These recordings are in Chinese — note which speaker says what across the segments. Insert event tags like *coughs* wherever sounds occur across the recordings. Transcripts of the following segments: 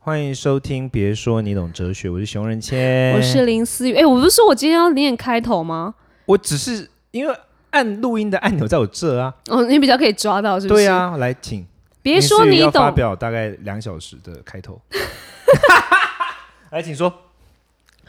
Speaker 1: 欢迎收听，别说你懂哲学，我是熊仁谦，
Speaker 2: 我是，林思雨。哎、我不是说我今天要念开头吗？
Speaker 1: 我只是因为按录音的按钮在我这啊，
Speaker 2: 哦，你比较可以抓到，是不是？
Speaker 1: 对。啊，来请，
Speaker 2: 别说
Speaker 1: 林思雨
Speaker 2: 你
Speaker 1: 要发
Speaker 2: 懂，
Speaker 1: 表大概两小时的开头，来，请说，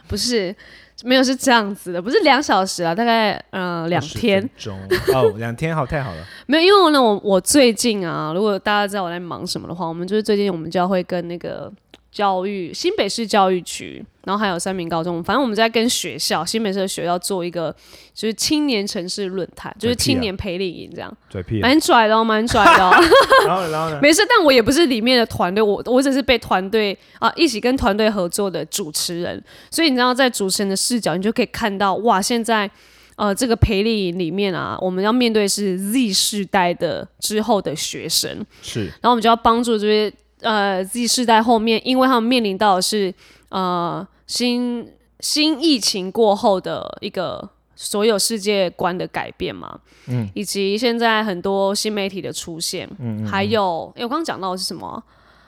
Speaker 2: 不是，没有是这样子的，不是两小时啊，大概嗯、呃两
Speaker 1: 20
Speaker 2: 天
Speaker 1: 分。钟哦，两天好，太好了，
Speaker 2: 没有，因为呢，我我最近啊，如果大家知道我在忙什么的话，我们就是最近我们教会跟那个教育新北市教育局，然后还有三明高中，反正我们在跟学校新北市的学校做一个就是青年城市论坛，就是
Speaker 1: 屁啊
Speaker 2: 青年培力营这样，
Speaker 1: 嘴屁啊，
Speaker 2: 蛮拽的哦，蛮拽的哦。
Speaker 1: 然后呢然后呢，
Speaker 2: 没事，但我也不是里面的团队，我我只是被团队啊一起跟团队合作的主持人，所以你知道，在主持人的视角，你就可以看到哇，现在呃这个培力营里面啊，我们要面对是 Z 世代的之后的学生，
Speaker 1: 是
Speaker 2: 然后我们就要帮助这些呃 Z 世代后面，因为他们面临到的是呃新新疫情过后的一个所有世界观的改变嘛，嗯，以及现在很多新媒体的出现，嗯还有诶我刚刚讲到的是什么啊？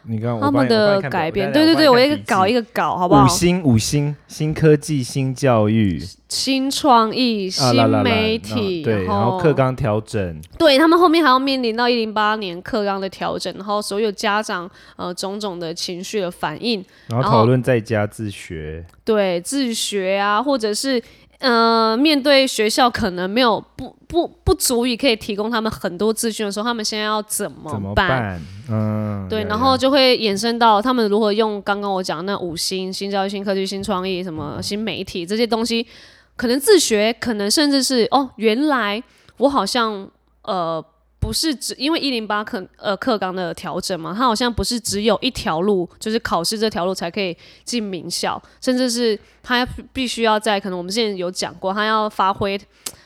Speaker 1: 你刚
Speaker 2: 他们的改变，对对对，我一个搞一
Speaker 1: 个。
Speaker 2: 个搞，好不好
Speaker 1: 五？星五星新科技新教育
Speaker 2: 新创意、
Speaker 1: 啊
Speaker 2: 新
Speaker 1: 啦啦啦
Speaker 2: 媒
Speaker 1: 啊
Speaker 2: 体，
Speaker 1: 对，然后课纲调整，
Speaker 2: 对他们后面还要面临到一零八年课纲的调整，然后所有家长呃种种的情绪的反应，
Speaker 1: 然后
Speaker 2: 然
Speaker 1: 讨
Speaker 2: 后
Speaker 1: 论在家自学，
Speaker 2: 对自学啊，或者是呃，面对学校可能没有不不不足以可以提供他们很多资讯的时候，他们现在要怎么
Speaker 1: 怎么办？嗯，
Speaker 2: 对，
Speaker 1: 了
Speaker 2: 然后
Speaker 1: 解
Speaker 2: 就会衍生到他们如何用刚刚我讲的那五星、新教育、新科技、新创意、什么新媒体这些东西，可能自学，可能甚至是哦，原来我好像呃不是只因为一零八课呃课纲的调整嘛，它好像不是只有一条路，就是考试这条路才可以进名校，甚至是他必须要在可能我们之前有讲过，他要发挥。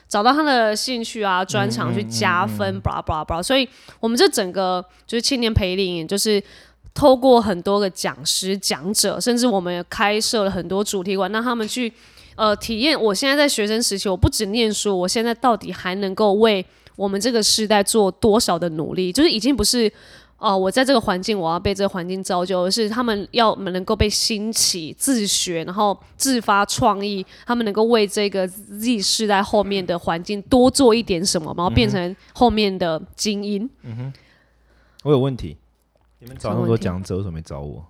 Speaker 2: 找到他的兴趣啊、专长去加分，blah blah blah。所以，我们这整个就是青年培林，就是透过很多个讲师、讲者，甚至我们也开设了很多主题馆，让他们去呃体验。我现在在学生时期，我不止念书，我现在到底还能够为我们这个时代做多少的努力？就是已经不是。呃，我在这个环境，我要被这个环境造就，而是他们要能够被兴起、自学，然后自发创意，他们能够为这个 Z 世代后面的环境多做一点什么，然后变成后面的精英。
Speaker 1: 我有问题，你们找那么
Speaker 2: 什么
Speaker 1: 多
Speaker 2: 问题
Speaker 1: 讲者，为什么没找我？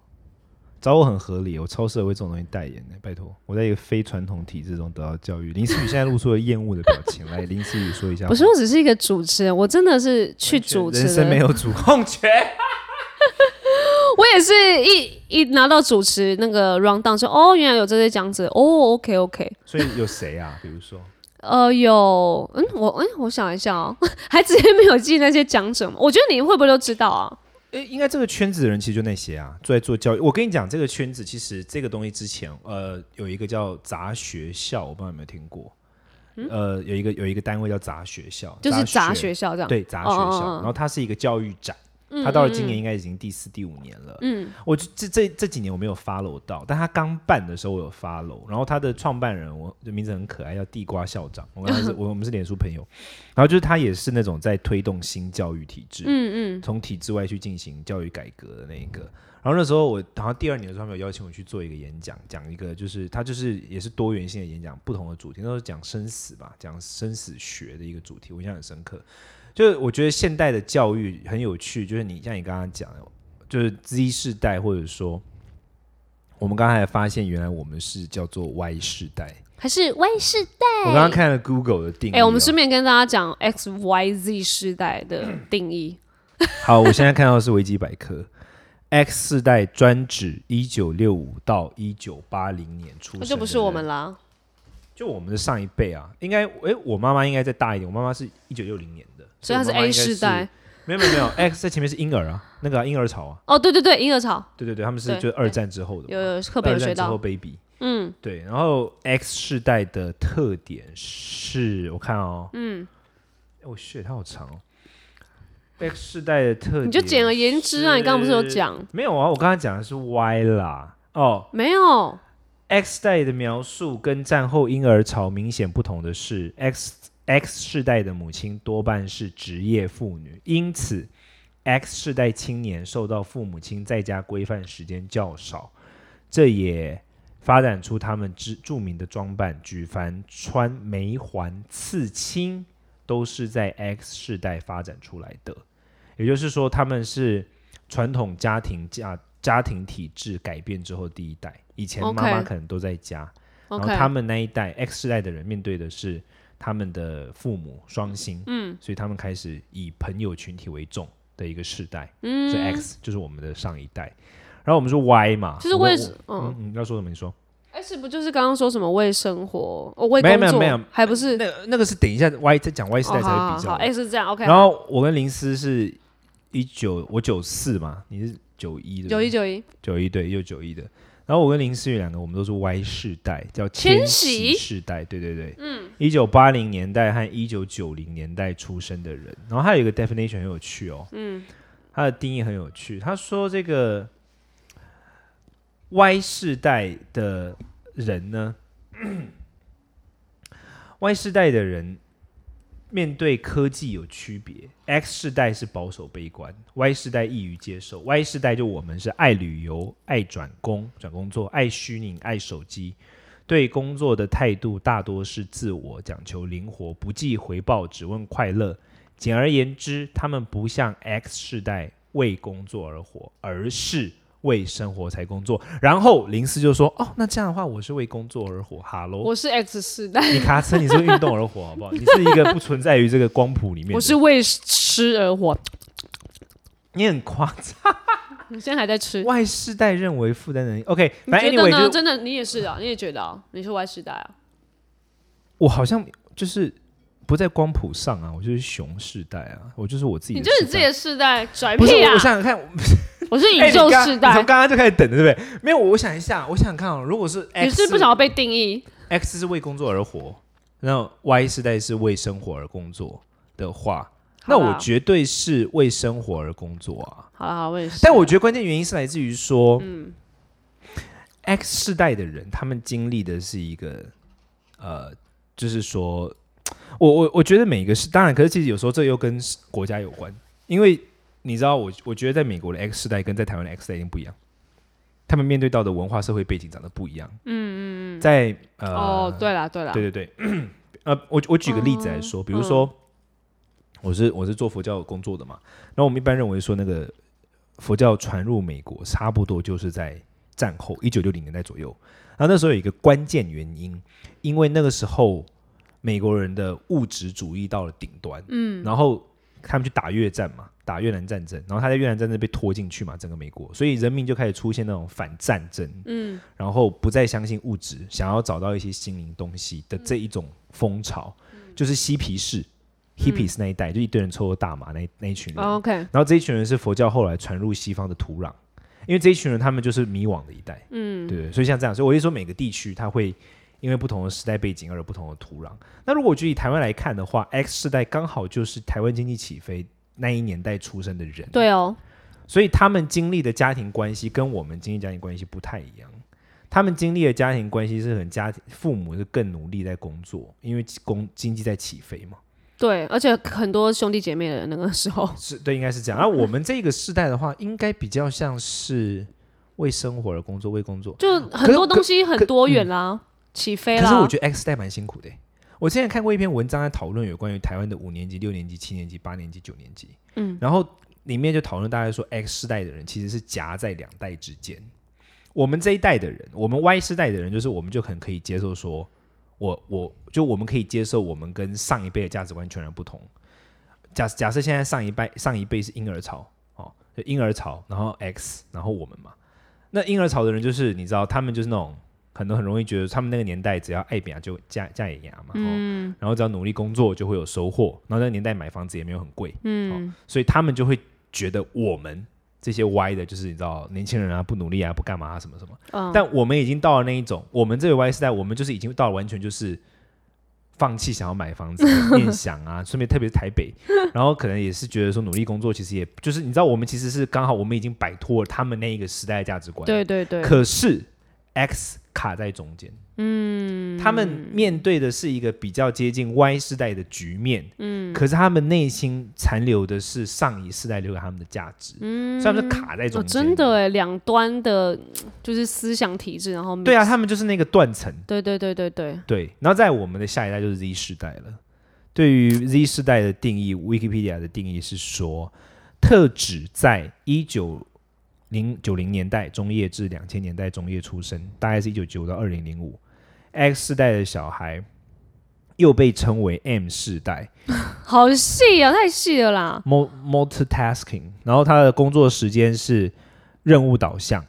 Speaker 1: 找我很合理，我超社会这种东西代言的、拜托！我在一个非传统体制中得到教育。林思雨现在露出了厌恶的表情，来，林思雨说一下话。
Speaker 2: 不是，我只是一个主持人，我真的是去主持
Speaker 1: 人生没
Speaker 2: 的。
Speaker 1: 有主控权。
Speaker 2: 我也是一一拿到主持那个 round down 说，哦，原来有这些讲者，哦，OK OK，
Speaker 1: *laughs* 所以有谁啊？比如说，
Speaker 2: 呃，有，嗯，我，嗯，我想一下哦， *laughs* 还直接没有记那些讲者吗？我觉得你会不会都知道啊？
Speaker 1: 诶，应该这个圈子的人其实就那些啊，最爱做教育。我跟你讲，这个圈子其实这个东西之前，呃，有一个叫杂学校，我不知道你有没有听过。呃，有一个有一个单位叫杂学校，
Speaker 2: 嗯就是
Speaker 1: 杂
Speaker 2: 杂学校这样，
Speaker 1: 对杂学
Speaker 2: 哦
Speaker 1: 校，
Speaker 2: 哦哦嗯
Speaker 1: 然后它是一个教育展，它到了今年应该已经第四、第五年了。嗯，我就这这这几年我没有 follow 到，但它刚办的时候我有 follow，然后它的创办人我的名字很可爱，叫地瓜校长，我
Speaker 2: *laughs*
Speaker 1: 跟他是我我们是脸书朋友，然后就是他也是那种在推动新教育体制，嗯嗯，从体制外去进行教育改革的那一个。然后那时候我好像第二年的时候，他们有邀请我去做一个演讲，讲一个就是他就是也是多元性的演讲，不同的主题，那时候讲生死吧，讲生死学的一个主题，我印象很深刻。就是我觉得现代的教育很有趣，就是你像你刚刚讲的，就是 Z 世代，或者说我们刚才发现，原来我们是叫做 Y 世代。
Speaker 2: 还是 Y 世代。
Speaker 1: 我刚刚看了 Google 的定义、
Speaker 2: 哎、
Speaker 1: 哦，
Speaker 2: 我们顺便跟大家讲 X Y Z 世代的定义。
Speaker 1: 好，我现在看到的是维基百科。X 世代专指一九六五到一九八零年出生，
Speaker 2: 那就哦不是我们，啦，
Speaker 1: 就我们的上一辈啊，应该，诶，我妈妈应该再大一点，我妈妈是一九六零年的，
Speaker 2: 所
Speaker 1: 我
Speaker 2: 以他是
Speaker 1: 妈妈
Speaker 2: A
Speaker 1: 应该
Speaker 2: 世代。。
Speaker 1: 没有没有没有，X 在前面是婴儿啊，那个啊、婴儿潮啊，
Speaker 2: 哦，对对对，婴儿潮
Speaker 1: 对对对，他们是
Speaker 2: 对
Speaker 1: 就二战之后的嘛，
Speaker 2: 有有课
Speaker 1: 二
Speaker 2: 本
Speaker 1: 战
Speaker 2: 有学
Speaker 1: 之后
Speaker 2: 到，
Speaker 1: baby，
Speaker 2: 嗯，
Speaker 1: 对，然后 X 世代的特点是，我看哦，嗯，我去，它好长哦。X 世代的特点，
Speaker 2: 你就简而言之啊，你刚刚不是有？讲
Speaker 1: 没有啊，我刚刚讲的是 Y 啦。哦
Speaker 2: 没有？
Speaker 1: ，X 世代的描述跟战后婴儿潮明显不同的是，X X 世代的母亲多半是职业妇女，因此 X 世代青年受到父母亲在家规范时间较少，这也发展出他们之著名的装扮，举凡穿眉环、刺青，都是在 X 世代发展出来的。也就是说，他们是传统家庭家家庭体制改变之后第一代，以前妈妈
Speaker 2: OK
Speaker 1: 可能都在家然后
Speaker 2: OK，
Speaker 1: 他们那一代 X 世代的人面对的是他们的父母双薪，嗯，所以他们开始以朋友群体为重的一个世代，嗯，所以 X 就是我们的上一代。然后我们说 Y 嘛，
Speaker 2: 就是
Speaker 1: 我们
Speaker 2: 为
Speaker 1: 我嗯
Speaker 2: 嗯，
Speaker 1: 嗯，要说什么？你说
Speaker 2: 哎，是不就是刚刚说什么为生活，哦，为
Speaker 1: 没有
Speaker 2: 工作，
Speaker 1: 没有没有
Speaker 2: 还不是
Speaker 1: 那个那个是等一下 Y 再讲 Y 世代
Speaker 2: 哦，
Speaker 1: 才
Speaker 2: 好
Speaker 1: 会
Speaker 2: 好
Speaker 1: 比
Speaker 2: 好，
Speaker 1: 较
Speaker 2: 哎，是这样，OK，
Speaker 1: 然后我跟林思是一九我九四嘛，你是九一的，
Speaker 2: 九一九一，
Speaker 1: 九一对，又九一的。然后我跟林思雨两个，我们都是 Y 世代，叫
Speaker 2: 千禧
Speaker 1: 禧世代，对对对，嗯，一九八零年代和一九九零年代出生的人。然后还有一个 definition 很有趣哦，嗯，它的定义很有趣，他说这个 Y 世代的人呢 *coughs* ，Y 世代的人面对科技有区别，X 世代是保守悲观，Y 世代易于接受。Y 世代就我们是爱旅游、爱转工、转工作、爱虚拟、爱手机，对工作的态度大多是自我，讲求灵活，不计回报，只问快乐。简而言之，他们不像 X 世代为工作而活，而是为生活才工作。然后林思就说：“哦，那这样的话，我是为工作而活。”哈喽，
Speaker 2: 我是 X 世代，
Speaker 1: 你卡车，你是为运动而活，好不好？你是一个不存在于这个光谱里面的。
Speaker 2: 我是为吃而活，
Speaker 1: 你很夸张。
Speaker 2: 我现在还在
Speaker 1: *laughs*
Speaker 2: 吃。
Speaker 1: 外世代认为负担能力，OK，
Speaker 2: 你
Speaker 1: 反正
Speaker 2: 觉得
Speaker 1: anyway
Speaker 2: 呢？
Speaker 1: 就是
Speaker 2: 真的，你也是啊，你也觉得啊，你是 Y 世代啊？
Speaker 1: 我好像就是不在光谱上啊，我就是熊世代啊，我就是我自己
Speaker 2: 你
Speaker 1: 的世代。
Speaker 2: 就是你自己的世代，拽
Speaker 1: 不是
Speaker 2: 屁
Speaker 1: 我
Speaker 2: 啊
Speaker 1: 我！想想看，我
Speaker 2: 我是
Speaker 1: 哎
Speaker 2: 宇
Speaker 1: 你
Speaker 2: 宙
Speaker 1: 刚
Speaker 2: 世
Speaker 1: 你
Speaker 2: 代
Speaker 1: 从，刚刚就开始等的，对不对？没有，我想一下，我想想看哦，如果是
Speaker 2: 你
Speaker 1: X，
Speaker 2: 是不想要被定义？
Speaker 1: X 是为工作而活，然后 Y 世代是为生活而工作的话，那
Speaker 2: 好啦
Speaker 1: 我绝对是为生活而工作啊。
Speaker 2: 好了，好啦，我也是啊。
Speaker 1: 但我觉得关键原因是来自于说，x 世代的人他们经历的是一个，呃，就是说，我我我觉得每个是当然，可是其实有时候这又跟国家有关，因为你知道我，我觉得在美国的 X 世代跟在台湾的 X 世代已经不一样，他们面对到的文化社会背景长得不一样。嗯嗯嗯，在呃，
Speaker 2: 哦，对啦，对啦，
Speaker 1: 对 *clears throat* 对对，呃，我我举个例子来说，比如说、我是我是做佛教工作的嘛，然后我们一般认为说那个佛教传入美国，差不多就是在战后一九六零年代左右。然后那时候有一个关键原因，因为那个时候美国人的物质主义到了顶端，嗯，然后他们去打越战嘛，打越南战争，然后他在越南战争被拖进去嘛，整个美国，所以人民就开始出现那种反战争，嗯，然后不再相信物质，想要找到一些心灵东西的这一种风潮，就是嬉皮士。hippies 那一代，就一堆人抽大麻那那一群人，
Speaker 2: 哦，OK，
Speaker 1: 然后这一群人是佛教后来传入西方的土壤，因为这一群人他们就是迷惘的一代，嗯，对，所以像这样，所以我就说每个地区它会因为不同的时代背景而有不同的土壤。那如果我就以台湾来看的话，X 世代刚好就是台湾经济起飞那一年代出生的人，，
Speaker 2: 对哦，
Speaker 1: 所以他们经历的家庭关系跟我们经历家庭关系不太一样。他们经历的家庭关系是很家庭，父母是更努力在工作，因为工经济在起飞嘛。
Speaker 2: 对，而且很多兄弟姐妹的那个时候，
Speaker 1: 是对，应该是这样。而我们这个世代的话，应该比较像是为生活而工作，为工作。
Speaker 2: 就很多东西很多元啦，起飞
Speaker 1: 嗯可
Speaker 2: 啦。
Speaker 1: 是我觉得 X 世代蛮辛苦的欸。我之前看过一篇文章，在讨论有关于台湾的五年级、六年级、七年级、八年级、九年级，嗯，然后里面就讨论大家说 X 世代的人其实是夹在两代之间。我们这一代的人，我们 Y 世代的人，就是我们就很可以接受说，我我就我们可以接受我们跟上一辈的价值观全然不同。假假设现在上一辈上一辈是婴儿潮哦，就婴儿潮，然后 X，然后我们嘛，那婴儿潮的人就是你知道，他们就是那种可能很容易觉得他们那个年代只要爱扁就嫁嫁也牙嘛，嗯、然后只要努力工作就会有收获，然后那个年代买房子也没有很贵，嗯、所以他们就会觉得我们这些歪的，就是你知道年轻人啊不努力啊不干嘛啊什么什么，
Speaker 2: 嗯
Speaker 1: 但我们已经到了那一种，我们这个 Y 世代，我们就是已经到了完全就是。放弃想要买房子的念想啊，顺便特别是台北，然后可能也是觉得说努力工作，其实也就是你知道，我们其实是刚好我们已经摆脱了他们哦
Speaker 2: 哦
Speaker 1: 那一个时代的价值观，
Speaker 2: 对对对，
Speaker 1: 可是 X 卡在中间，嗯，他们面对的是一个比较接近 Y 世代的局面，嗯，可是他们内心残留的是上一世代留给他们的价值，嗯，所以他们是卡在中
Speaker 2: 哦，
Speaker 1: 间、
Speaker 2: 真的，哎，两端的，就是思想体制，然后
Speaker 1: 对啊，他们就是那个断层，
Speaker 2: 对对对对对，
Speaker 1: 对，然后在我们的下一代就是 Z 世代了。对于 Z 世代的定义，Wikipedia 的定义是说，特指在一九零九零年代中叶至两千年代中叶出生，大概是一九九到二零零五。X 世代的小孩又被称为 M 世代
Speaker 2: 好细啊，太细了啦，
Speaker 1: ，mul-，multitasking，然后他的工作时间是任务导向，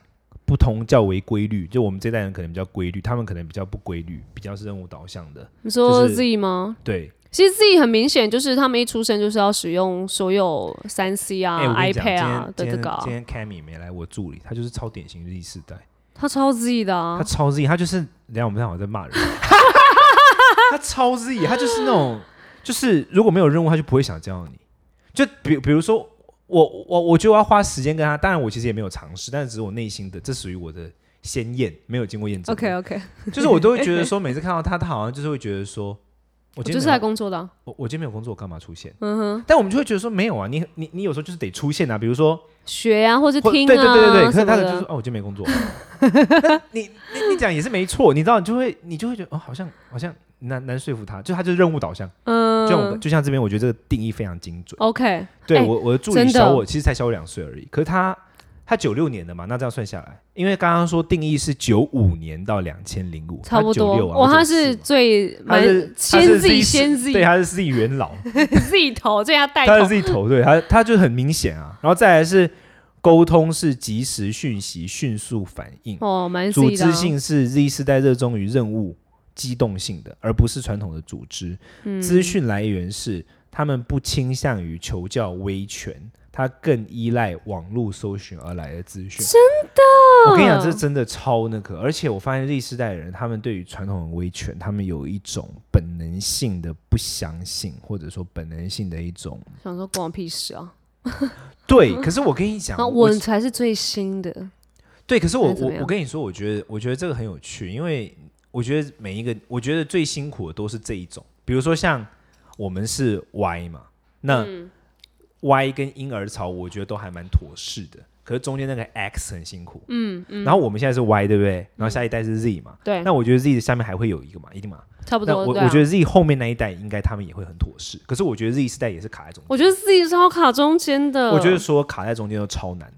Speaker 1: 不同较为规律。就我们这代人可能比较规律，他们可能比较不规律，比较是任务导向的。
Speaker 2: 你说
Speaker 1: 就是
Speaker 2: Z 吗？
Speaker 1: 对，
Speaker 2: 其实 Z 很明显就是他们一出生就是要使用所有三 C 啊、
Speaker 1: 哎，我跟你讲
Speaker 2: iPad 啊的
Speaker 1: 今
Speaker 2: 这
Speaker 1: 天
Speaker 2: 个哦啊、
Speaker 1: 今天今天 Cammy 没来，我助理，他就是超典型的 Z 世代，
Speaker 2: 他超 Z 的
Speaker 1: 他
Speaker 2: 啊，
Speaker 1: 超 Z，他就是，等一下我们好像在
Speaker 2: *laughs*
Speaker 1: 骂人，他超 Z，他就是那种，就是如果没有任务，他就不会想教你，就比比如说。我我我觉得我要花时间跟他，当然我其实也没有尝试，但是只是我内心的，这属于我的鲜艳，没有经过验证的。
Speaker 2: OK OK，
Speaker 1: 就是我都会觉得说，每次看到他，他好像就是会觉得说，我
Speaker 2: 我
Speaker 1: 今
Speaker 2: 就
Speaker 1: 天
Speaker 2: 是
Speaker 1: 没有
Speaker 2: 来工作的啊、
Speaker 1: 我我今天没有工作，我干嘛出现？嗯哼。但我们就会觉得说，没有啊，你你你有时候就是得出现啊，比如说
Speaker 2: 学啊，或是
Speaker 1: 或
Speaker 2: 听啊，
Speaker 1: 对对对对对，可
Speaker 2: 什
Speaker 1: 是
Speaker 2: 么
Speaker 1: 他可能就是
Speaker 2: 的。
Speaker 1: 哦，我今天没
Speaker 2: *laughs*
Speaker 1: 工作。那你你你讲也是没错，你知道，你就会你就会觉得哦，好像好像难难说服他，就他就是任务导向，就像我们
Speaker 2: 嗯
Speaker 1: 就像这边，我觉得这个定义非常精准。
Speaker 2: ，OK，
Speaker 1: 对
Speaker 2: 哎
Speaker 1: 我我的助
Speaker 2: 真
Speaker 1: 理
Speaker 2: 的
Speaker 1: 小我其实才小我两岁而已，可是他他九六年的嘛，那这样算下来，因为刚刚说定义是九五年到两千零五，
Speaker 2: 差不多。
Speaker 1: 96啊我
Speaker 2: 哇，他
Speaker 1: 94
Speaker 2: 是
Speaker 1: 嘛
Speaker 2: 最
Speaker 1: 他
Speaker 2: 蛮
Speaker 1: 是他
Speaker 2: 先
Speaker 1: 是
Speaker 2: Z
Speaker 1: 世
Speaker 2: 先 Z
Speaker 1: 对，
Speaker 2: *laughs*
Speaker 1: 他是 Z 元老，
Speaker 2: Z 头，这样带
Speaker 1: 他是
Speaker 2: 头
Speaker 1: 自己投对，他他就很明显啊。然后再来是沟通是及时讯息、迅速反应，
Speaker 2: 哦，蛮 Z
Speaker 1: 组
Speaker 2: 的啊、
Speaker 1: 织性是 Z 世代热衷于任务机动性的，而不是传统的组织。
Speaker 2: 嗯
Speaker 1: 资讯来源是他们不倾向于求教威权。他更依赖网络搜寻而来的资讯，真的，我跟你讲，这真的超那个，而且我发现 Z 世代的人，他们对于传统的威权，他们有一种本能性的不相信，或者说本能性的一种
Speaker 2: 想说关我屁事啊！
Speaker 1: 对，可是我跟你讲，
Speaker 2: 然后
Speaker 1: 啊我
Speaker 2: 嗯我才是最新的，
Speaker 1: 对，可是我
Speaker 2: 还是怎
Speaker 1: 我
Speaker 2: 么样
Speaker 1: 我跟你说，我觉得我觉得这个很有趣，因为我觉得每一个，我觉得最辛苦的都是这一种，比如说像我们是 Y 嘛，那
Speaker 2: 嗯
Speaker 1: Y 跟婴儿潮，我觉得都还蛮妥适的。可是中间那个 X 很辛苦，嗯嗯。然后我们现在是 Y，对不对？然后下一代是 Z 嘛，
Speaker 2: 嗯对，
Speaker 1: 那我觉得 Z 的下面还会有一个嘛，一定嘛。
Speaker 2: 差不
Speaker 1: 那
Speaker 2: 多。
Speaker 1: 我
Speaker 2: 对啊
Speaker 1: 我觉得 Z 后面那一代应该他们也会很妥适，可是我觉得 Z 世代也是卡在中间。
Speaker 2: 我觉得 Z 超卡中间的，
Speaker 1: 我觉得说卡在中间都超难，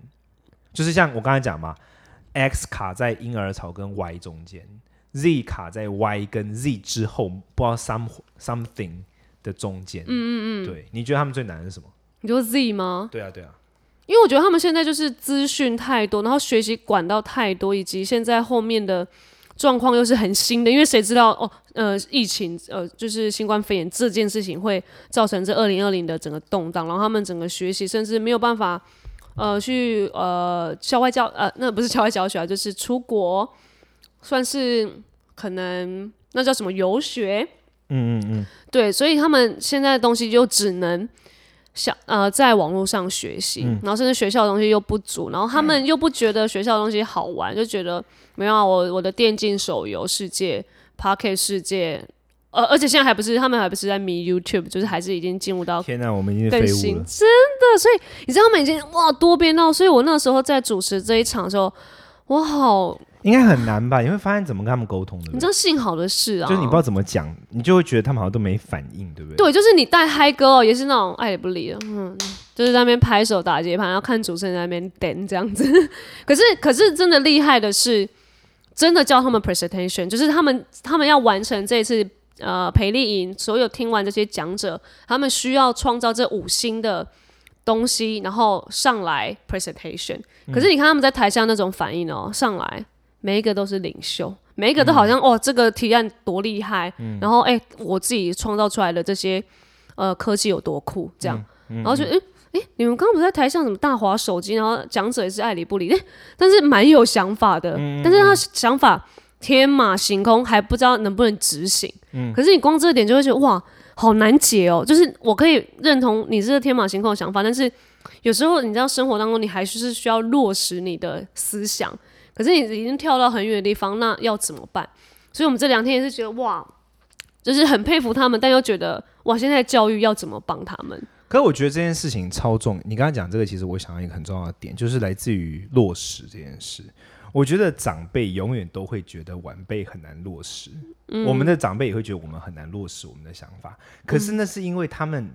Speaker 1: 就是像我刚才讲嘛，X 卡在婴儿潮跟 Y 中间，Z 卡在 Y 跟 Z 之后，不知道 some something 的中间。嗯嗯嗯，对，你觉得他们最难的是什么？
Speaker 2: 你说 Z 吗？
Speaker 1: 对啊，对啊，
Speaker 2: 因为我觉得他们现在就是资讯太多，然后学习管道太多，以及现在后面的状况又是很新的，因为谁知道哦，呃，疫情，呃，就是新冠肺炎这件事情会造成这二零二零的整个动荡，然后他们整个学习甚至没有办法，呃，去呃校外教，呃，那不是校外教学啊，就是出国，算是可能那叫什么游学，
Speaker 1: 嗯嗯嗯，
Speaker 2: 对，所以他们现在的东西就只能想呃在网络上学习，
Speaker 1: 嗯
Speaker 2: 然后甚至学校的东西又不足，然后他们又不觉得学校的东西好玩，就觉得没有啊，我我的电竞手游世界、Pocket 世界，呃，而且现在还不是他们还不是在迷 YouTube，就是还是已经进入到
Speaker 1: 天哪，我们已经
Speaker 2: 更
Speaker 1: 是废
Speaker 2: 新
Speaker 1: 物，了。
Speaker 2: 真的，所以你知道他们已经哇多变到，所以我那时候在主持这一场的时候，我好，
Speaker 1: 应该很难吧？你会发现怎么跟他们沟通的，
Speaker 2: 你知道幸好的是啊，
Speaker 1: 就是你不知道怎么讲，你就会觉得他们好像都没反应，对不对？
Speaker 2: 对，就是你带嗨歌哦，也是那种爱理不理的，嗯，就是在那边拍手打节拍，然后看主持人在那边等这样子。 *laughs* 可是，可是真的厉害的是，真的叫他们 presentation，就是他们他们要完成这次呃培力营，所有听完这些讲者，他们需要创造这五星的东西，然后上来 presentation。
Speaker 1: 嗯
Speaker 2: 可是你看他们在台下那种反应哦，上来每一个都是领袖，每一
Speaker 1: 嗯
Speaker 2: 个都好像、哦，这个提案多厉害，然后哎、我自己创造出来的这些呃科技有多酷，这样，然后就哎。哎，你们刚刚不是在台上怎么大划手机，然后讲者也是爱理不理，哎，但是蛮有想法的，但是他想法天马行空，还不知道能不能执行。可是你光这点就会觉得哇，好难解哦。就是我可以认同你这个天马行空的想法，但是有时候你知道生活当中你还是需要落实你的思想，可是你已经跳到很远的地方，那要怎么办？所以我们这两天也是觉得哇，就是很佩服他们，但又觉得哇，现在教育要怎么帮他们？
Speaker 1: 可是我觉得这件事情超重，你刚刚讲这个，其实我想到一个很重要的点，就是来自于落实这件事。我觉得长辈永远都会觉得晚辈很难落实，
Speaker 2: 嗯
Speaker 1: 我们的长辈也会觉得我们很难落实我们的想法。可是那是因为他们，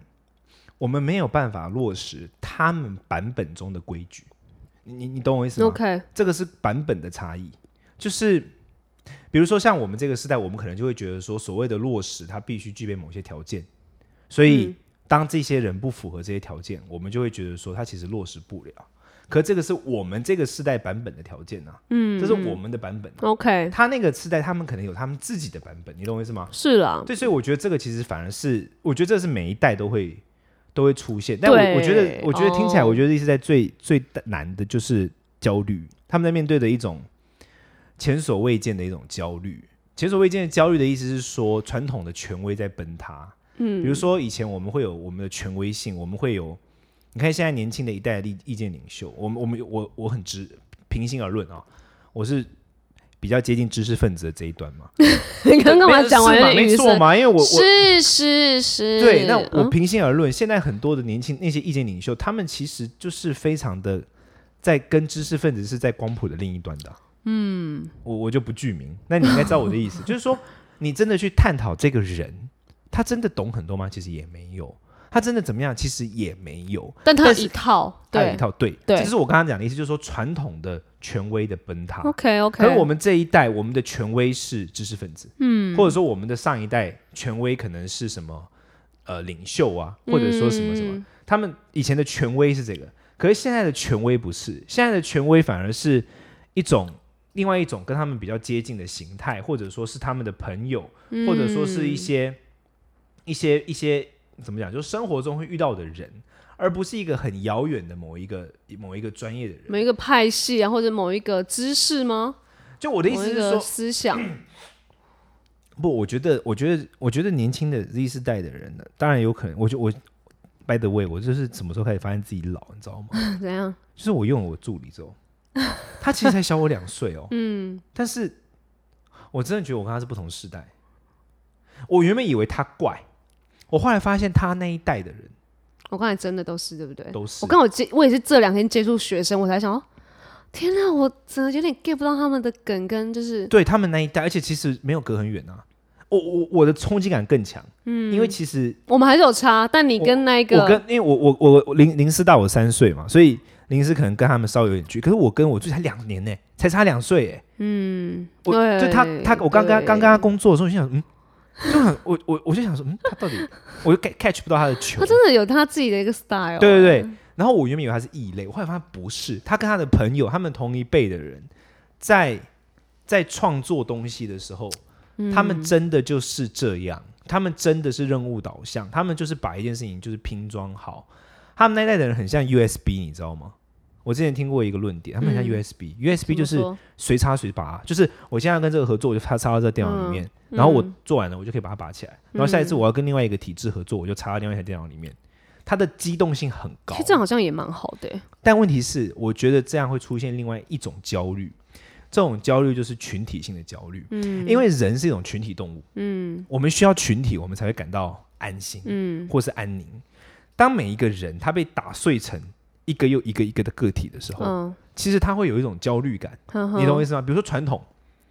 Speaker 1: 我们没有办法落实他们版本中的规矩。你你你懂我意思吗
Speaker 2: OK，
Speaker 1: 这个是版本的差异，就是比如说像我们这个时代，我们可能就会觉得说，所谓的落实，它必须具备某些条件，所以、当这些人不符合这些条件，我们就会觉得说他其实落实不了。可这个是我们这个世代版本的条件啊，嗯，这是我们的版本、啊。
Speaker 2: OK，
Speaker 1: 他那个世代，他们可能有他们自己的版本，你懂我意思吗？
Speaker 2: 是啦，
Speaker 1: 对，所以我觉得这个其实反而是，我觉得这是每一代都会都会出现。但我我觉得，
Speaker 2: 对
Speaker 1: 我觉得听起来，
Speaker 2: 哦
Speaker 1: 我觉得一直在最、最难的就是焦虑，他们在面对的一种前所未见的一种焦虑。前所未见的焦虑的意思是说，传统的权威在崩塌。嗯，比如说以前我们会有我们的权威性，我们会有，你看现在年轻的一代的意意见领袖，我们我们我我很直平心而论啊，我是比较接近知识分子的这一端嘛。
Speaker 2: 你刚刚嘛讲完
Speaker 1: 是
Speaker 2: 有
Speaker 1: 嘛
Speaker 2: 点
Speaker 1: 没
Speaker 2: 语
Speaker 1: 错
Speaker 2: 塞。
Speaker 1: 嘛，因为我我
Speaker 2: 是是是，
Speaker 1: 对，那我
Speaker 2: 嗯
Speaker 1: 平心而论，现在很多的年轻那些意见领袖，他们其实就是非常的在跟知识分子是在光谱的另一端的啊。嗯，我我就不具名，那你应该知道我的意
Speaker 2: *laughs*
Speaker 1: 思，就是说你真的去探讨这个人，他真的懂很多吗？其实也没有，他真的怎么样？其实也没有。
Speaker 2: 但他有
Speaker 1: 但是
Speaker 2: 一套，
Speaker 1: 他有
Speaker 2: 对
Speaker 1: 一套对，
Speaker 2: 对
Speaker 1: 这是我刚刚讲的意思，就是说传统的权威的崩塌。
Speaker 2: ，OK
Speaker 1: 啊可
Speaker 2: OK，
Speaker 1: 是我们这一代，我们的权威是知识分子，嗯，或者说我们的上一代权威可能是什么呃领袖啊，或者说什么什么，
Speaker 2: 嗯
Speaker 1: 他们以前的权威是这个，可是现在的权威不是，现在的权威反而是一种另外一种跟他们比较接近的形态，或者说是他们的朋友，
Speaker 2: 嗯
Speaker 1: 或者说是一些一些一些怎么讲，就是生活中会遇到的人，而不是一个很遥远的某一个某一个专业的人。
Speaker 2: 某一个派系啊，或者某一个知识吗？
Speaker 1: 就我的意
Speaker 2: 某
Speaker 1: 思
Speaker 2: 一
Speaker 1: 是
Speaker 2: 个
Speaker 1: 说，
Speaker 2: 思想， *clears throat*
Speaker 1: 不，我觉得，我觉得，我觉得年轻的 Z 世代的人呢，当然有可能，我就我，by the way，我就是什么时候开始发现自己老，你知道吗？
Speaker 2: 怎样？
Speaker 1: 就是我用了我助理之后，他其实才小我两岁哦，嗯， *laughs* 但是我真的觉得我跟他是不同世代。我原本以为他怪，我后来发现他那一代的人
Speaker 2: 我刚才真的都是，对不对？
Speaker 1: 都是
Speaker 2: 我，刚好接，我也是这两天接触学生，我才想哦，天哪，我真的有点 get 不到他们的梗跟就是，
Speaker 1: 对他们那一代，而且其实没有隔很远啊。我我我的冲击感更强，嗯，因为其实
Speaker 2: 我们还是有差，但你跟那一个，
Speaker 1: 我跟因为我我我我林林思大我三岁嘛，所以林思可能跟他们稍微有点距离。可是我跟我最才两年呢、才差两岁哎。嗯，我就他他我刚跟他
Speaker 2: 对
Speaker 1: 刚跟他工作的时候，我就想嗯，就很我我我就想说嗯，他到底我就 catch catch 不到他的球
Speaker 2: 他。真的有他自己的一个 style，
Speaker 1: 对对对，
Speaker 2: 嗯
Speaker 1: 然后我原本以为他是异类，我后来发现不是，他跟他的朋友，他们同一辈的人，在在创作东西的时候，
Speaker 2: 嗯
Speaker 1: 他们真的就是这样，他们真的是任务导向，他们就是把一件事情就是拼装好。他们那一代的人很像 USB，你知道吗？我之前听过一个论点，他们很像 USB，USB、
Speaker 2: 嗯怎么
Speaker 1: 就是
Speaker 2: 说
Speaker 1: 随插随拔，就是我现在跟这个合作，我就插插到这个电脑里面，
Speaker 2: 嗯
Speaker 1: 然后我
Speaker 2: 嗯
Speaker 1: 做完了，我就可以把它拔起来。然后下一次我要跟另外一个体制合作，我就插到另外一台电脑里面。它的机动性很高
Speaker 2: 哎、，这样好像也蛮好的、欸
Speaker 1: 但问题是，我觉得这样会出现另外一种焦虑，这种焦虑就是群体性的焦虑。嗯，因为人是一种群体动物，嗯，我们需要群体，我们才会感到安心，嗯，或是安宁。当每一个人他被打碎成一个又一个一个的个体的时候，
Speaker 2: 嗯，
Speaker 1: 其实他会有一种焦虑感。
Speaker 2: 哼
Speaker 1: 哦你懂我
Speaker 2: 哼
Speaker 1: 意思吗？比如说传统，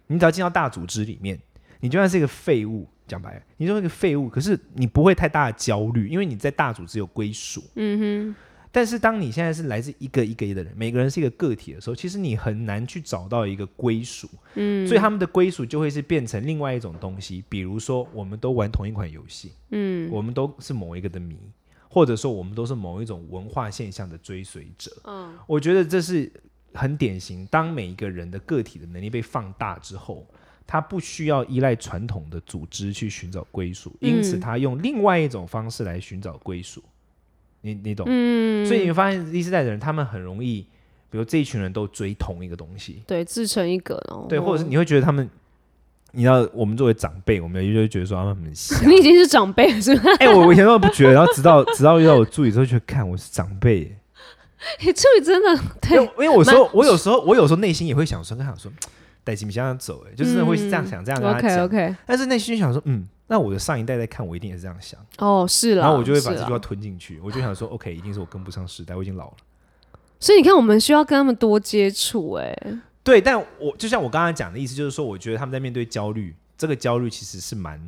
Speaker 1: 你只要进到大组织里面，你就算是一个废物，讲白了，你就是一个废物，可是你不会太大的焦虑，因为你在大组织有归属。嗯哼。但是当你现在是来自一个一个的人，每个人是一个个体的时候，其实你很难去找到一个归属。嗯。所以他们的归属就会是变成另外一种东西，比如说我们都玩同一款游戏，嗯，我们都是某一个的迷。或者说，我们都是某一种文化现象的追随者。嗯，我觉得这是很典型，当每一个人的个体的能力被放大之后，他不需要依赖传统的组织去寻找归属，因此
Speaker 2: 嗯
Speaker 1: 他用另外一种方式来寻找归属。你你懂？
Speaker 2: 嗯，
Speaker 1: 所以你会发现 Z 世代的人，他们很容易，比如这一群人都追同一个东西，
Speaker 2: 对自成一格哦，
Speaker 1: 对，或者是
Speaker 2: 哦。
Speaker 1: 你会觉得他们，你知道，我们作为长辈，我们就会觉得说他们很瞎
Speaker 2: 你已经是长辈了，是吧？
Speaker 1: *laughs*
Speaker 2: *laughs*
Speaker 1: 哎、我我以前都不觉得，然后直到直到遇到我助理之后，觉得看我是长辈耶。
Speaker 2: 你处理真的
Speaker 1: 因为
Speaker 2: 对，
Speaker 1: 因为我
Speaker 2: 蛮
Speaker 1: 说我有时候我有时候内心也会想说，跟他讲说，带金想想走、欸，哎，就是真的会这样想，这样跟他
Speaker 2: 嗯，OK
Speaker 1: 讲。
Speaker 2: OK，
Speaker 1: 但是内心就想说，嗯，那我的上一代在看，我一定也是这样想，
Speaker 2: 哦，是啦，
Speaker 1: 然后我就会把
Speaker 2: 是
Speaker 1: 这
Speaker 2: 啦
Speaker 1: 句话吞进去，我就想说，OK，一定是我跟不上时代，我已经老了。
Speaker 2: 所以你看，我们需要跟他们多接触、哎，
Speaker 1: 对，但我就像我刚才讲的意思，就是说，我觉得他们在面对焦虑，这个焦虑其实是蛮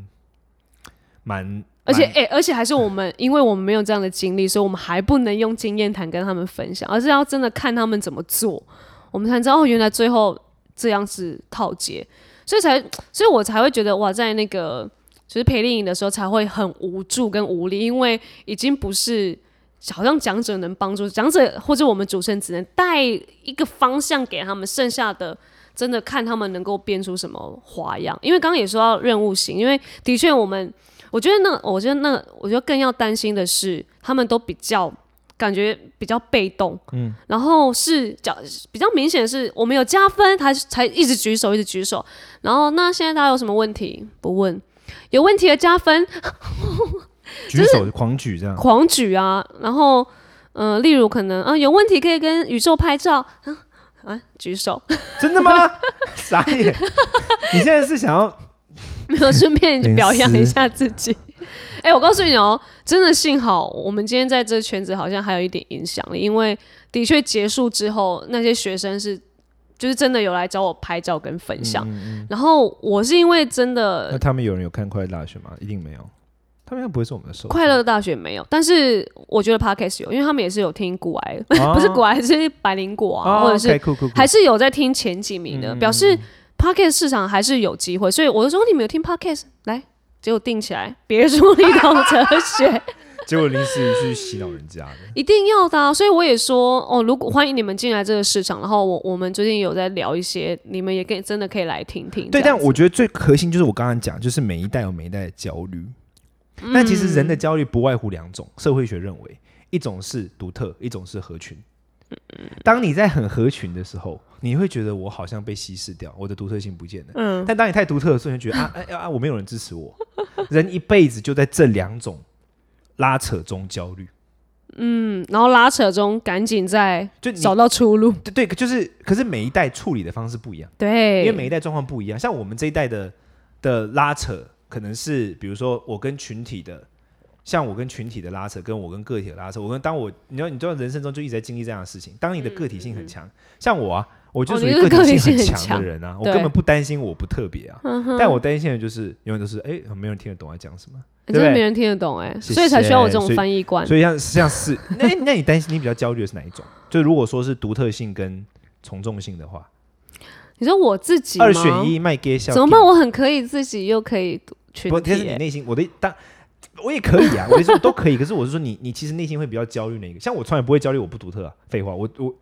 Speaker 1: 蛮，
Speaker 2: 而且
Speaker 1: 蛮
Speaker 2: 哎、而且还是我们，因为我们没有这样的经历，所以我们还不能用经验谈跟他们分享，而是要真的看他们怎么做，我们才知道哦，原来最后这样是套接，所以才，所以我才会觉得哇，在那个就是陪练营的时候才会很无助跟无力，因为已经不是。好像讲者能帮助讲者，或者我们主持人只能带一个方向给他们，剩下的真的看他们能够编出什么花样。因为刚刚也说到任务型，因为的确我们我觉得那，我觉得那，我觉得更要担心的是，他们都比较感觉比较被动，嗯，然后是较比较明显的是，我们有加分，他才一直举手，一直举手，然后那现在大家有什么问题不问，有问题的加分，
Speaker 1: 举手狂举
Speaker 2: *laughs*
Speaker 1: 这样。
Speaker 2: 狂举啊，然后呃，例如可能啊、有问题可以跟宇宙拍照啊啊举手，
Speaker 1: 真的吗？ *laughs* 傻眼！你现在是想要
Speaker 2: *laughs* 没有顺便
Speaker 1: 隐私
Speaker 2: 表扬一下自己。 *laughs* 哎、我告诉你哦，真的幸好我们今天在这圈子好像还有一点影响力，因为的确结束之后，那些学生是就是真的有来找我拍照跟分享。然后我是因为真
Speaker 1: 嗯那
Speaker 2: 的
Speaker 1: 他们有人有看《快乐大学》吗？一定没有，他们应该不会是我们的受众
Speaker 2: 快乐大学没有，但是我觉得 podcast 有，因为他们也是有听古 *laughs* 癌，
Speaker 1: 啊
Speaker 2: 不是古癌是百灵果啊，
Speaker 1: 哦
Speaker 2: 或者是
Speaker 1: OK，酷酷酷
Speaker 2: 还是有在听前几名
Speaker 1: 嗯
Speaker 2: 的，表示 podcast 市场还是有机会。所以我就说哦你们有听 podcast，来，结果定起来，别说你懂哲学， *laughs*
Speaker 1: 结果临时去洗脑人家的，
Speaker 2: 一定要的、啊。所以我也说哦，如果欢迎你们进来这个市场，然后我我们最近有在聊一些，你们也可以真的可以来听听。
Speaker 1: 对，
Speaker 2: 这样
Speaker 1: 但我觉得最核心就是我刚刚讲，就是每一代有每一代的焦虑。
Speaker 2: 嗯
Speaker 1: 那其实人的焦虑不外乎两种，社会学认为，一种是独特，一种是合群。
Speaker 2: 嗯
Speaker 1: 当你在很合群的时候，你会觉得我好像被稀释掉，我的独特性不见了。嗯，但当你太独特的时候，你就
Speaker 2: *laughs*
Speaker 1: 觉得啊啊啊，我没有人支持我。人一辈子就在这两种拉扯中焦虑。
Speaker 2: 嗯然后拉扯中赶紧再
Speaker 1: 就你
Speaker 2: 找到出路。
Speaker 1: 对对，就是可是每一代处理的方式不一样。
Speaker 2: 对，
Speaker 1: 因为每一代状况不一样。像我们这一代的的拉扯，可能是比如说我跟群体的，像我跟群体的拉扯，跟我跟个体的拉扯。我跟当我，你知道，你知道人生中就一直在经历这样的事情。当你的个体性很强，像我啊，我就
Speaker 2: 嗯哦
Speaker 1: 属于
Speaker 2: 你是个
Speaker 1: 体
Speaker 2: 体性
Speaker 1: 很
Speaker 2: 很
Speaker 1: 强
Speaker 2: 强
Speaker 1: 的人啊，我
Speaker 2: 对嗯
Speaker 1: 根本不担心我不特别啊。但我担心的就是永远都是，哎、没有人听得懂我在讲什么。
Speaker 2: 欸
Speaker 1: 对不
Speaker 2: 真的
Speaker 1: 对
Speaker 2: 没人听得懂哎、
Speaker 1: 谢谢
Speaker 2: 所以才需要我这种
Speaker 1: 所以
Speaker 2: 翻译官。
Speaker 1: 所以像像是，那那你担心你比较焦虑的是哪一种？就如果说是独特性跟从众性的话，
Speaker 2: 你说我自己吗
Speaker 1: 二选，一卖给小
Speaker 2: 怎么办？我很可以自己，又可以群
Speaker 1: 不，
Speaker 2: 体、
Speaker 1: 但是你
Speaker 2: 欸
Speaker 1: 内心，我的当我也可以啊，我的意思说都可以。可是我是说你，你其实内心会比较焦虑那一个。像我从来不会焦虑，我不独特啊，废话，我我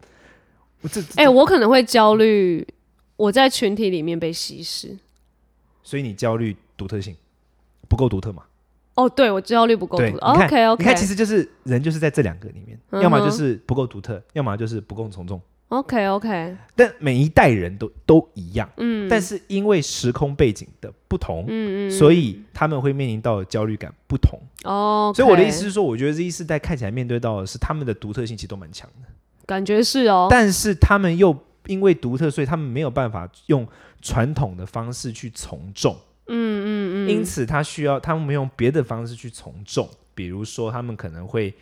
Speaker 1: 我这，
Speaker 2: 哎、我可能会焦虑，我在群体里面被稀释。
Speaker 1: 所以你焦虑独特性不够独特嘛？
Speaker 2: 哦，对，我焦虑不够
Speaker 1: 对
Speaker 2: 多。
Speaker 1: 你看
Speaker 2: OK
Speaker 1: 你看，其
Speaker 2: OK
Speaker 1: 实就是人就是在这两个里面，
Speaker 2: 嗯哼
Speaker 1: 要么就是不够独特，要么就是不够从众。
Speaker 2: OK OK，
Speaker 1: 但每一代人都都一样，嗯，但是因为时空背景的不同，嗯嗯，所以他们会面临到的焦虑感不同。
Speaker 2: 哦，
Speaker 1: 所以我的意思是说，我觉得 Z 世代看起来面对到的是他们的独特性其实都蛮强的。
Speaker 2: 感觉是哦，
Speaker 1: 但是他们又因为独特，所以他们没有办法用传统的方式去从众。嗯嗯嗯。因此，他需要他们用别的方式去从众，比如说他们可能会。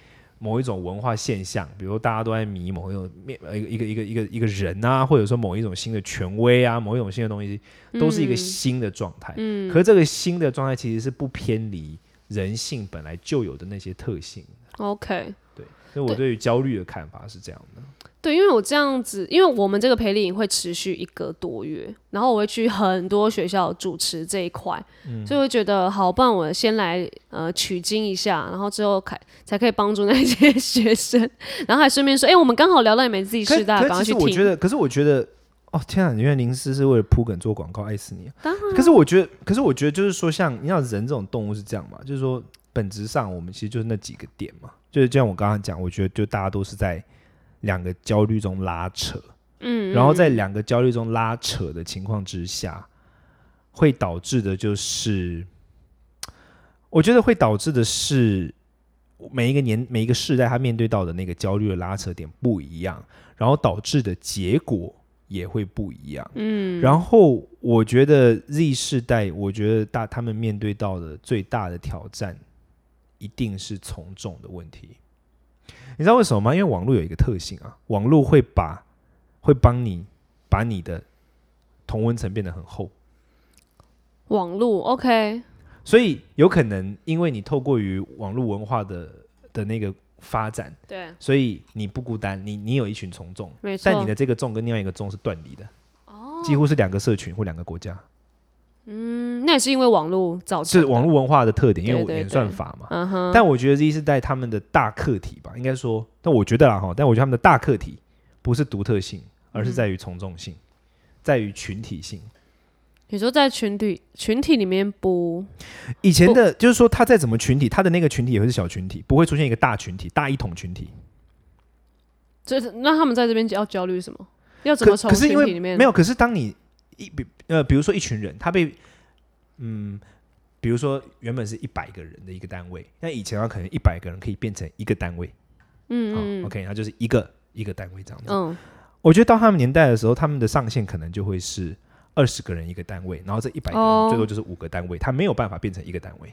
Speaker 1: 某一种文化现象，比如大家都在迷某一种面呃一个一个一个一个一个人啊，或者说某一种新的权威啊，某一种新的东西，都是一
Speaker 2: 嗯
Speaker 1: 个新的状态。嗯，可是这个新的状态其实是不偏离人性本来就有的那些特性。
Speaker 2: OK。
Speaker 1: 对，所以我对于焦虑的看法是这样的。
Speaker 2: 对，因为我这样子，因为我们这个培力营会持续一个多月，然后我会去很多学校主持这一块，
Speaker 1: 嗯
Speaker 2: 所以我觉得好，不然我先来呃取经一下，然后之后才才可以帮助那些 *laughs* 学生，然后还顺便说，哎、我们刚好聊到你们自己
Speaker 1: 可
Speaker 2: 世代，
Speaker 1: 可
Speaker 2: 赶快
Speaker 1: 其
Speaker 2: 去
Speaker 1: 实我觉
Speaker 2: 听。
Speaker 1: 得，可是我觉得，哦天啊！原来林思是为了铺梗做广告，爱死你啊、
Speaker 2: 当
Speaker 1: 可是我觉得，可是我觉得，就是说像，你知道人这种动物是这样嘛，就是说本质上我们其实就是那几个点嘛，就是就像我刚刚讲，我觉得就大家都是在两个焦虑中拉扯，嗯，然后在两个焦虑中拉扯的情况之下，会导致的就是，我觉得会导致的是。每一个年每一个世代，他面对到的那个焦虑的拉扯点不一样，然后导致的结果也会不一样。嗯，然后我觉得 Z 世代，我觉得大他们面对到的最大的挑战，一定是从众的问题。你知道为什么吗？因为网络有一个特性啊，网络会把会帮你把你的同温层变得很厚，
Speaker 2: 网络 OK，
Speaker 1: 所以有可能因为你透过于网络文化的的那个发展，
Speaker 2: 对，
Speaker 1: 所以你不孤单，你你有一群从众，
Speaker 2: 没错。哦
Speaker 1: 但你的这个众跟另外一个众是断离的，几乎是两个社群或两个国家，
Speaker 2: 嗯那也是因为网络造
Speaker 1: 是
Speaker 2: 成哦的
Speaker 1: 网，络文化的特点，因为
Speaker 2: 对
Speaker 1: 我
Speaker 2: 对
Speaker 1: 演
Speaker 2: 对
Speaker 1: 算法嘛。
Speaker 2: 嗯哼，
Speaker 1: 但我觉得 Z 世代他们的大课题吧，应该说，但我觉得啦哈，但我觉得他们的大课题不是独特性，而
Speaker 2: 嗯
Speaker 1: 是在于从众性，在于群体性。
Speaker 2: 你说在群体群体里面不，
Speaker 1: 以前的就是说，他再怎么群体，他的那个群体也会是小群体，不会出现一个大群体、大一统群体。
Speaker 2: 就是那他们在这边要焦虑什么？要怎
Speaker 1: 可
Speaker 2: 么从
Speaker 1: 可是
Speaker 2: 群
Speaker 1: 因
Speaker 2: 体
Speaker 1: 为
Speaker 2: 里面
Speaker 1: 没有，可是当你一比呃，比如说一群人，他被嗯，比如说原本是一百个人的一个单位，那以前他可能一百个人可以变成一个单位，嗯、o k 它就是一个一个单位这样子。
Speaker 2: 嗯，
Speaker 1: 我觉得到他们年代的时候，他们的上限可能就会是二十个人一个单位，然后这一百个
Speaker 2: 哦
Speaker 1: 人最多就是五个单位，他没有办法变成一个单位，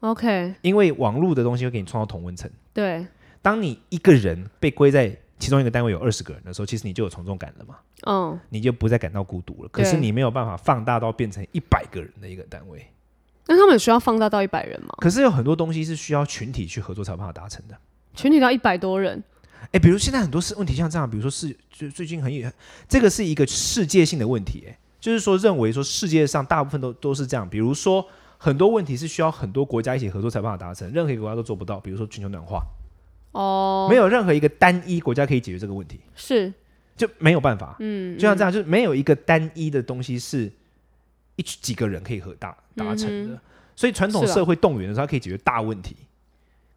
Speaker 2: OK，
Speaker 1: 因为网络的东西会给你创造同温层。
Speaker 2: 对，
Speaker 1: 当你一个人被归在其中一个单位有二十个人的时候，其实你就有从众感了嘛，
Speaker 2: 嗯，
Speaker 1: 你就不再感到孤独了。可是
Speaker 2: 对
Speaker 1: 你没有办法放大到变成一百个人的一个单位。
Speaker 2: 那他们有需要放大到一百人吗？
Speaker 1: 可是有很多东西是需要群体去合作才有办法达成的。
Speaker 2: 群体到一百多人，
Speaker 1: 哎，比如现在很多事问题像这样，比如说是就最近很有这个是一个世界性的问题，哎，就是说认为说世界上大部分都都是这样，比如说很多问题是需要很多国家一起合作才办法达成，任何一个国家都做不到，比如说全球暖化，
Speaker 2: 哦，
Speaker 1: 没有任何一个单一国家可以解决这个问题，
Speaker 2: 是，
Speaker 1: 就没有办法，嗯，就像这样，就是没有一个单一的东西是一群几个人可以合达达成的，所以传统
Speaker 2: 是啊
Speaker 1: 社会动员的时候，它可以解决大问题。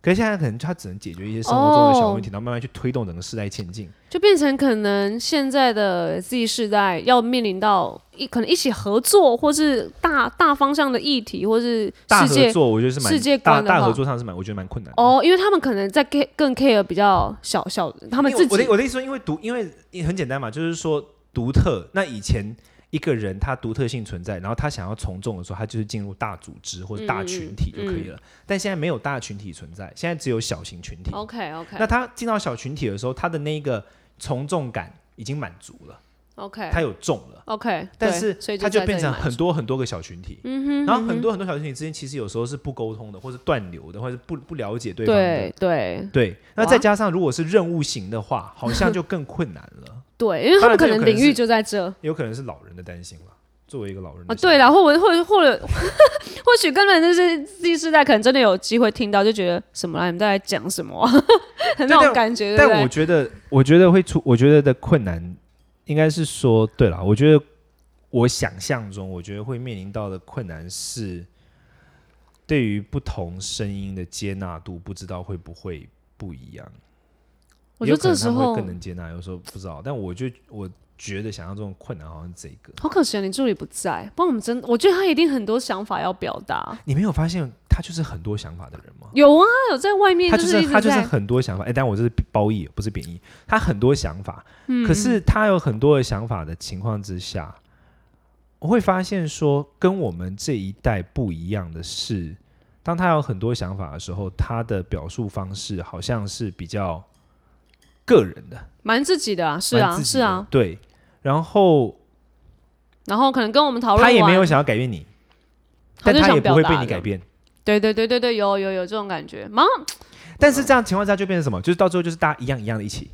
Speaker 1: 可是现在可能它只能解决一些生活中的小问题，然后慢慢去推动整个时代前进。
Speaker 2: 就变成可能现在的 Z 世代要面临到一可能一起合作，或是大大方向的议题，或是
Speaker 1: 大
Speaker 2: 世
Speaker 1: 合
Speaker 2: 界
Speaker 1: 作，我觉得是蛮
Speaker 2: 世界
Speaker 1: 大
Speaker 2: 观的话
Speaker 1: 大合作上是蛮，我觉得蛮困难的。
Speaker 2: 哦，因为他们可能在 care 更 care 比较小小，他
Speaker 1: 因为
Speaker 2: 们
Speaker 1: 我，
Speaker 2: 自
Speaker 1: 我的
Speaker 2: 己
Speaker 1: 我的意思说，因为独，因为也很简单嘛，就是说独特。那以前一个人他独特性存在，然后他想要从众的时候，他就是进入大组织或者大群体就可以了。但现在没有大群体存在，现在只有小型群体。
Speaker 2: OK
Speaker 1: 那
Speaker 2: OK
Speaker 1: 他进到小群体的时候，他的那个从众感已经满足了，
Speaker 2: OK
Speaker 1: 他有众了。
Speaker 2: OK，
Speaker 1: 但
Speaker 2: 对
Speaker 1: 是
Speaker 2: 所以
Speaker 1: 它
Speaker 2: 就
Speaker 1: 就
Speaker 2: 在
Speaker 1: 变
Speaker 2: 这里嗯
Speaker 1: 成
Speaker 2: 买
Speaker 1: 很多很多个小群体，然后很多很多小群体之间其实有时候是不沟通的，或是断流的，或者是不不了解对方的
Speaker 2: 对。对
Speaker 1: 对，那
Speaker 2: 哇
Speaker 1: 再加上如果是任务型的话，好像就更困难了。 *laughs*
Speaker 2: 对，因为他
Speaker 1: 当然这
Speaker 2: 们可
Speaker 1: 有
Speaker 2: 能
Speaker 1: 可能
Speaker 2: 领域
Speaker 1: 是
Speaker 2: 就在这
Speaker 1: 有可能是老人的担心了。作为一个老人
Speaker 2: 啊，
Speaker 1: 的想
Speaker 2: 对
Speaker 1: 法，
Speaker 2: 啦，或者或者或者 *laughs* 或许根本就是 Z 世代可能真的有机会听到，就觉得什么啦，你们在讲什么、啊， *laughs* 那种
Speaker 1: 但
Speaker 2: 感觉，对不
Speaker 1: 但我
Speaker 2: 对？
Speaker 1: 觉得，我觉得会出，我觉得的困难应该是说，对了，我觉得我想象中，我觉得会面临到的困难是，对于不同声音的接纳度，不知道会不会不一样。
Speaker 2: 我
Speaker 1: 也
Speaker 2: 觉
Speaker 1: 有
Speaker 2: 得这
Speaker 1: 可
Speaker 2: 时
Speaker 1: 能他们会
Speaker 2: 候
Speaker 1: 更能接纳，有时候不知道。但我就我觉得想象中的困难好像是这个。
Speaker 2: 好可惜啊，你助理不在，不然我们真，我觉得他一定很多想法要表达。
Speaker 1: 你没有发现他就是很多想法的人吗？
Speaker 2: 有啊，有在外面
Speaker 1: 他
Speaker 2: 就
Speaker 1: 就是
Speaker 2: 一
Speaker 1: 是
Speaker 2: 直
Speaker 1: 他就是
Speaker 2: 在，
Speaker 1: 很多想法，哎、但我这是褒义，不是贬义。他很多想法，
Speaker 2: 嗯
Speaker 1: 可是他有很多的想法的情况之下，我会发现说，跟我们这一代不一样的是，当他有很多想法的时候，他的表述方式好像是比较个人的，
Speaker 2: 蛮自己的啊，是
Speaker 1: 蛮
Speaker 2: 啊，
Speaker 1: 自己
Speaker 2: 是
Speaker 1: 的
Speaker 2: 啊。，
Speaker 1: 对。然后
Speaker 2: 然后可能跟我们讨论
Speaker 1: 他
Speaker 2: 完，
Speaker 1: 也没有想要改变你，
Speaker 2: 他
Speaker 1: 但
Speaker 2: 就
Speaker 1: 他
Speaker 2: 想
Speaker 1: 也
Speaker 2: 表
Speaker 1: 不会
Speaker 2: 达
Speaker 1: 被你
Speaker 2: 的
Speaker 1: 改。变。
Speaker 2: 对对对对对，有有有这种感觉，忙
Speaker 1: 但
Speaker 2: 嗯
Speaker 1: 是这样情况下就变成什么？就是到最后就是大家一样一样的一起，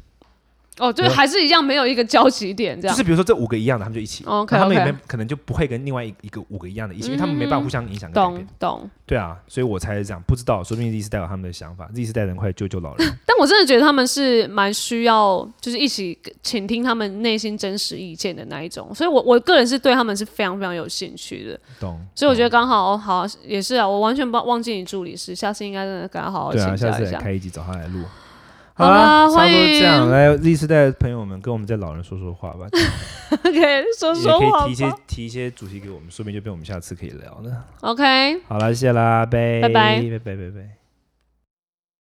Speaker 2: 哦，就
Speaker 1: 有
Speaker 2: 还是一样没有一个交集点这
Speaker 1: 就
Speaker 2: 样哦
Speaker 1: 是。比如说这五个一样的，他们就一起。
Speaker 2: OK
Speaker 1: 那他们也
Speaker 2: OK，嗯
Speaker 1: 没可能就不会跟另外一一个五个一样的一起，因为他们没办法互相影响跟改
Speaker 2: 懂
Speaker 1: 变。
Speaker 2: 懂。
Speaker 1: 对啊，所以我才是这样，不知道，说不定 Z 世代有他们的想法，Z 世代人快救救老人。
Speaker 2: 但我真的觉得他们是蛮需要，就是一起倾听他们内心真实意见的那一种，所以我我个人是对他们是非常非常有兴趣的，
Speaker 1: 懂？
Speaker 2: *laughs* 所以我觉得刚好、哦、好也是啊，我完全不忘记你助理是，下次应该真的跟他好好
Speaker 1: 对
Speaker 2: 请
Speaker 1: 啊，下
Speaker 2: 教
Speaker 1: 次
Speaker 2: 一
Speaker 1: 来
Speaker 2: 下。
Speaker 1: 开一集找他来录。
Speaker 2: 好
Speaker 1: 啦，
Speaker 2: 啦
Speaker 1: 差不多
Speaker 2: 欢迎
Speaker 1: 这样，来 Z 世代的朋友们跟我们这老人说说话吧，
Speaker 2: *laughs* OK，说
Speaker 1: 也
Speaker 2: *laughs* 说
Speaker 1: 可以
Speaker 2: 话
Speaker 1: 提一
Speaker 2: 吧
Speaker 1: 些。提一些主题给我们，说不定就变我们下次可以聊呢。
Speaker 2: OK，
Speaker 1: 好啦，谢啦，拜
Speaker 2: 拜拜
Speaker 1: 拜拜拜拜。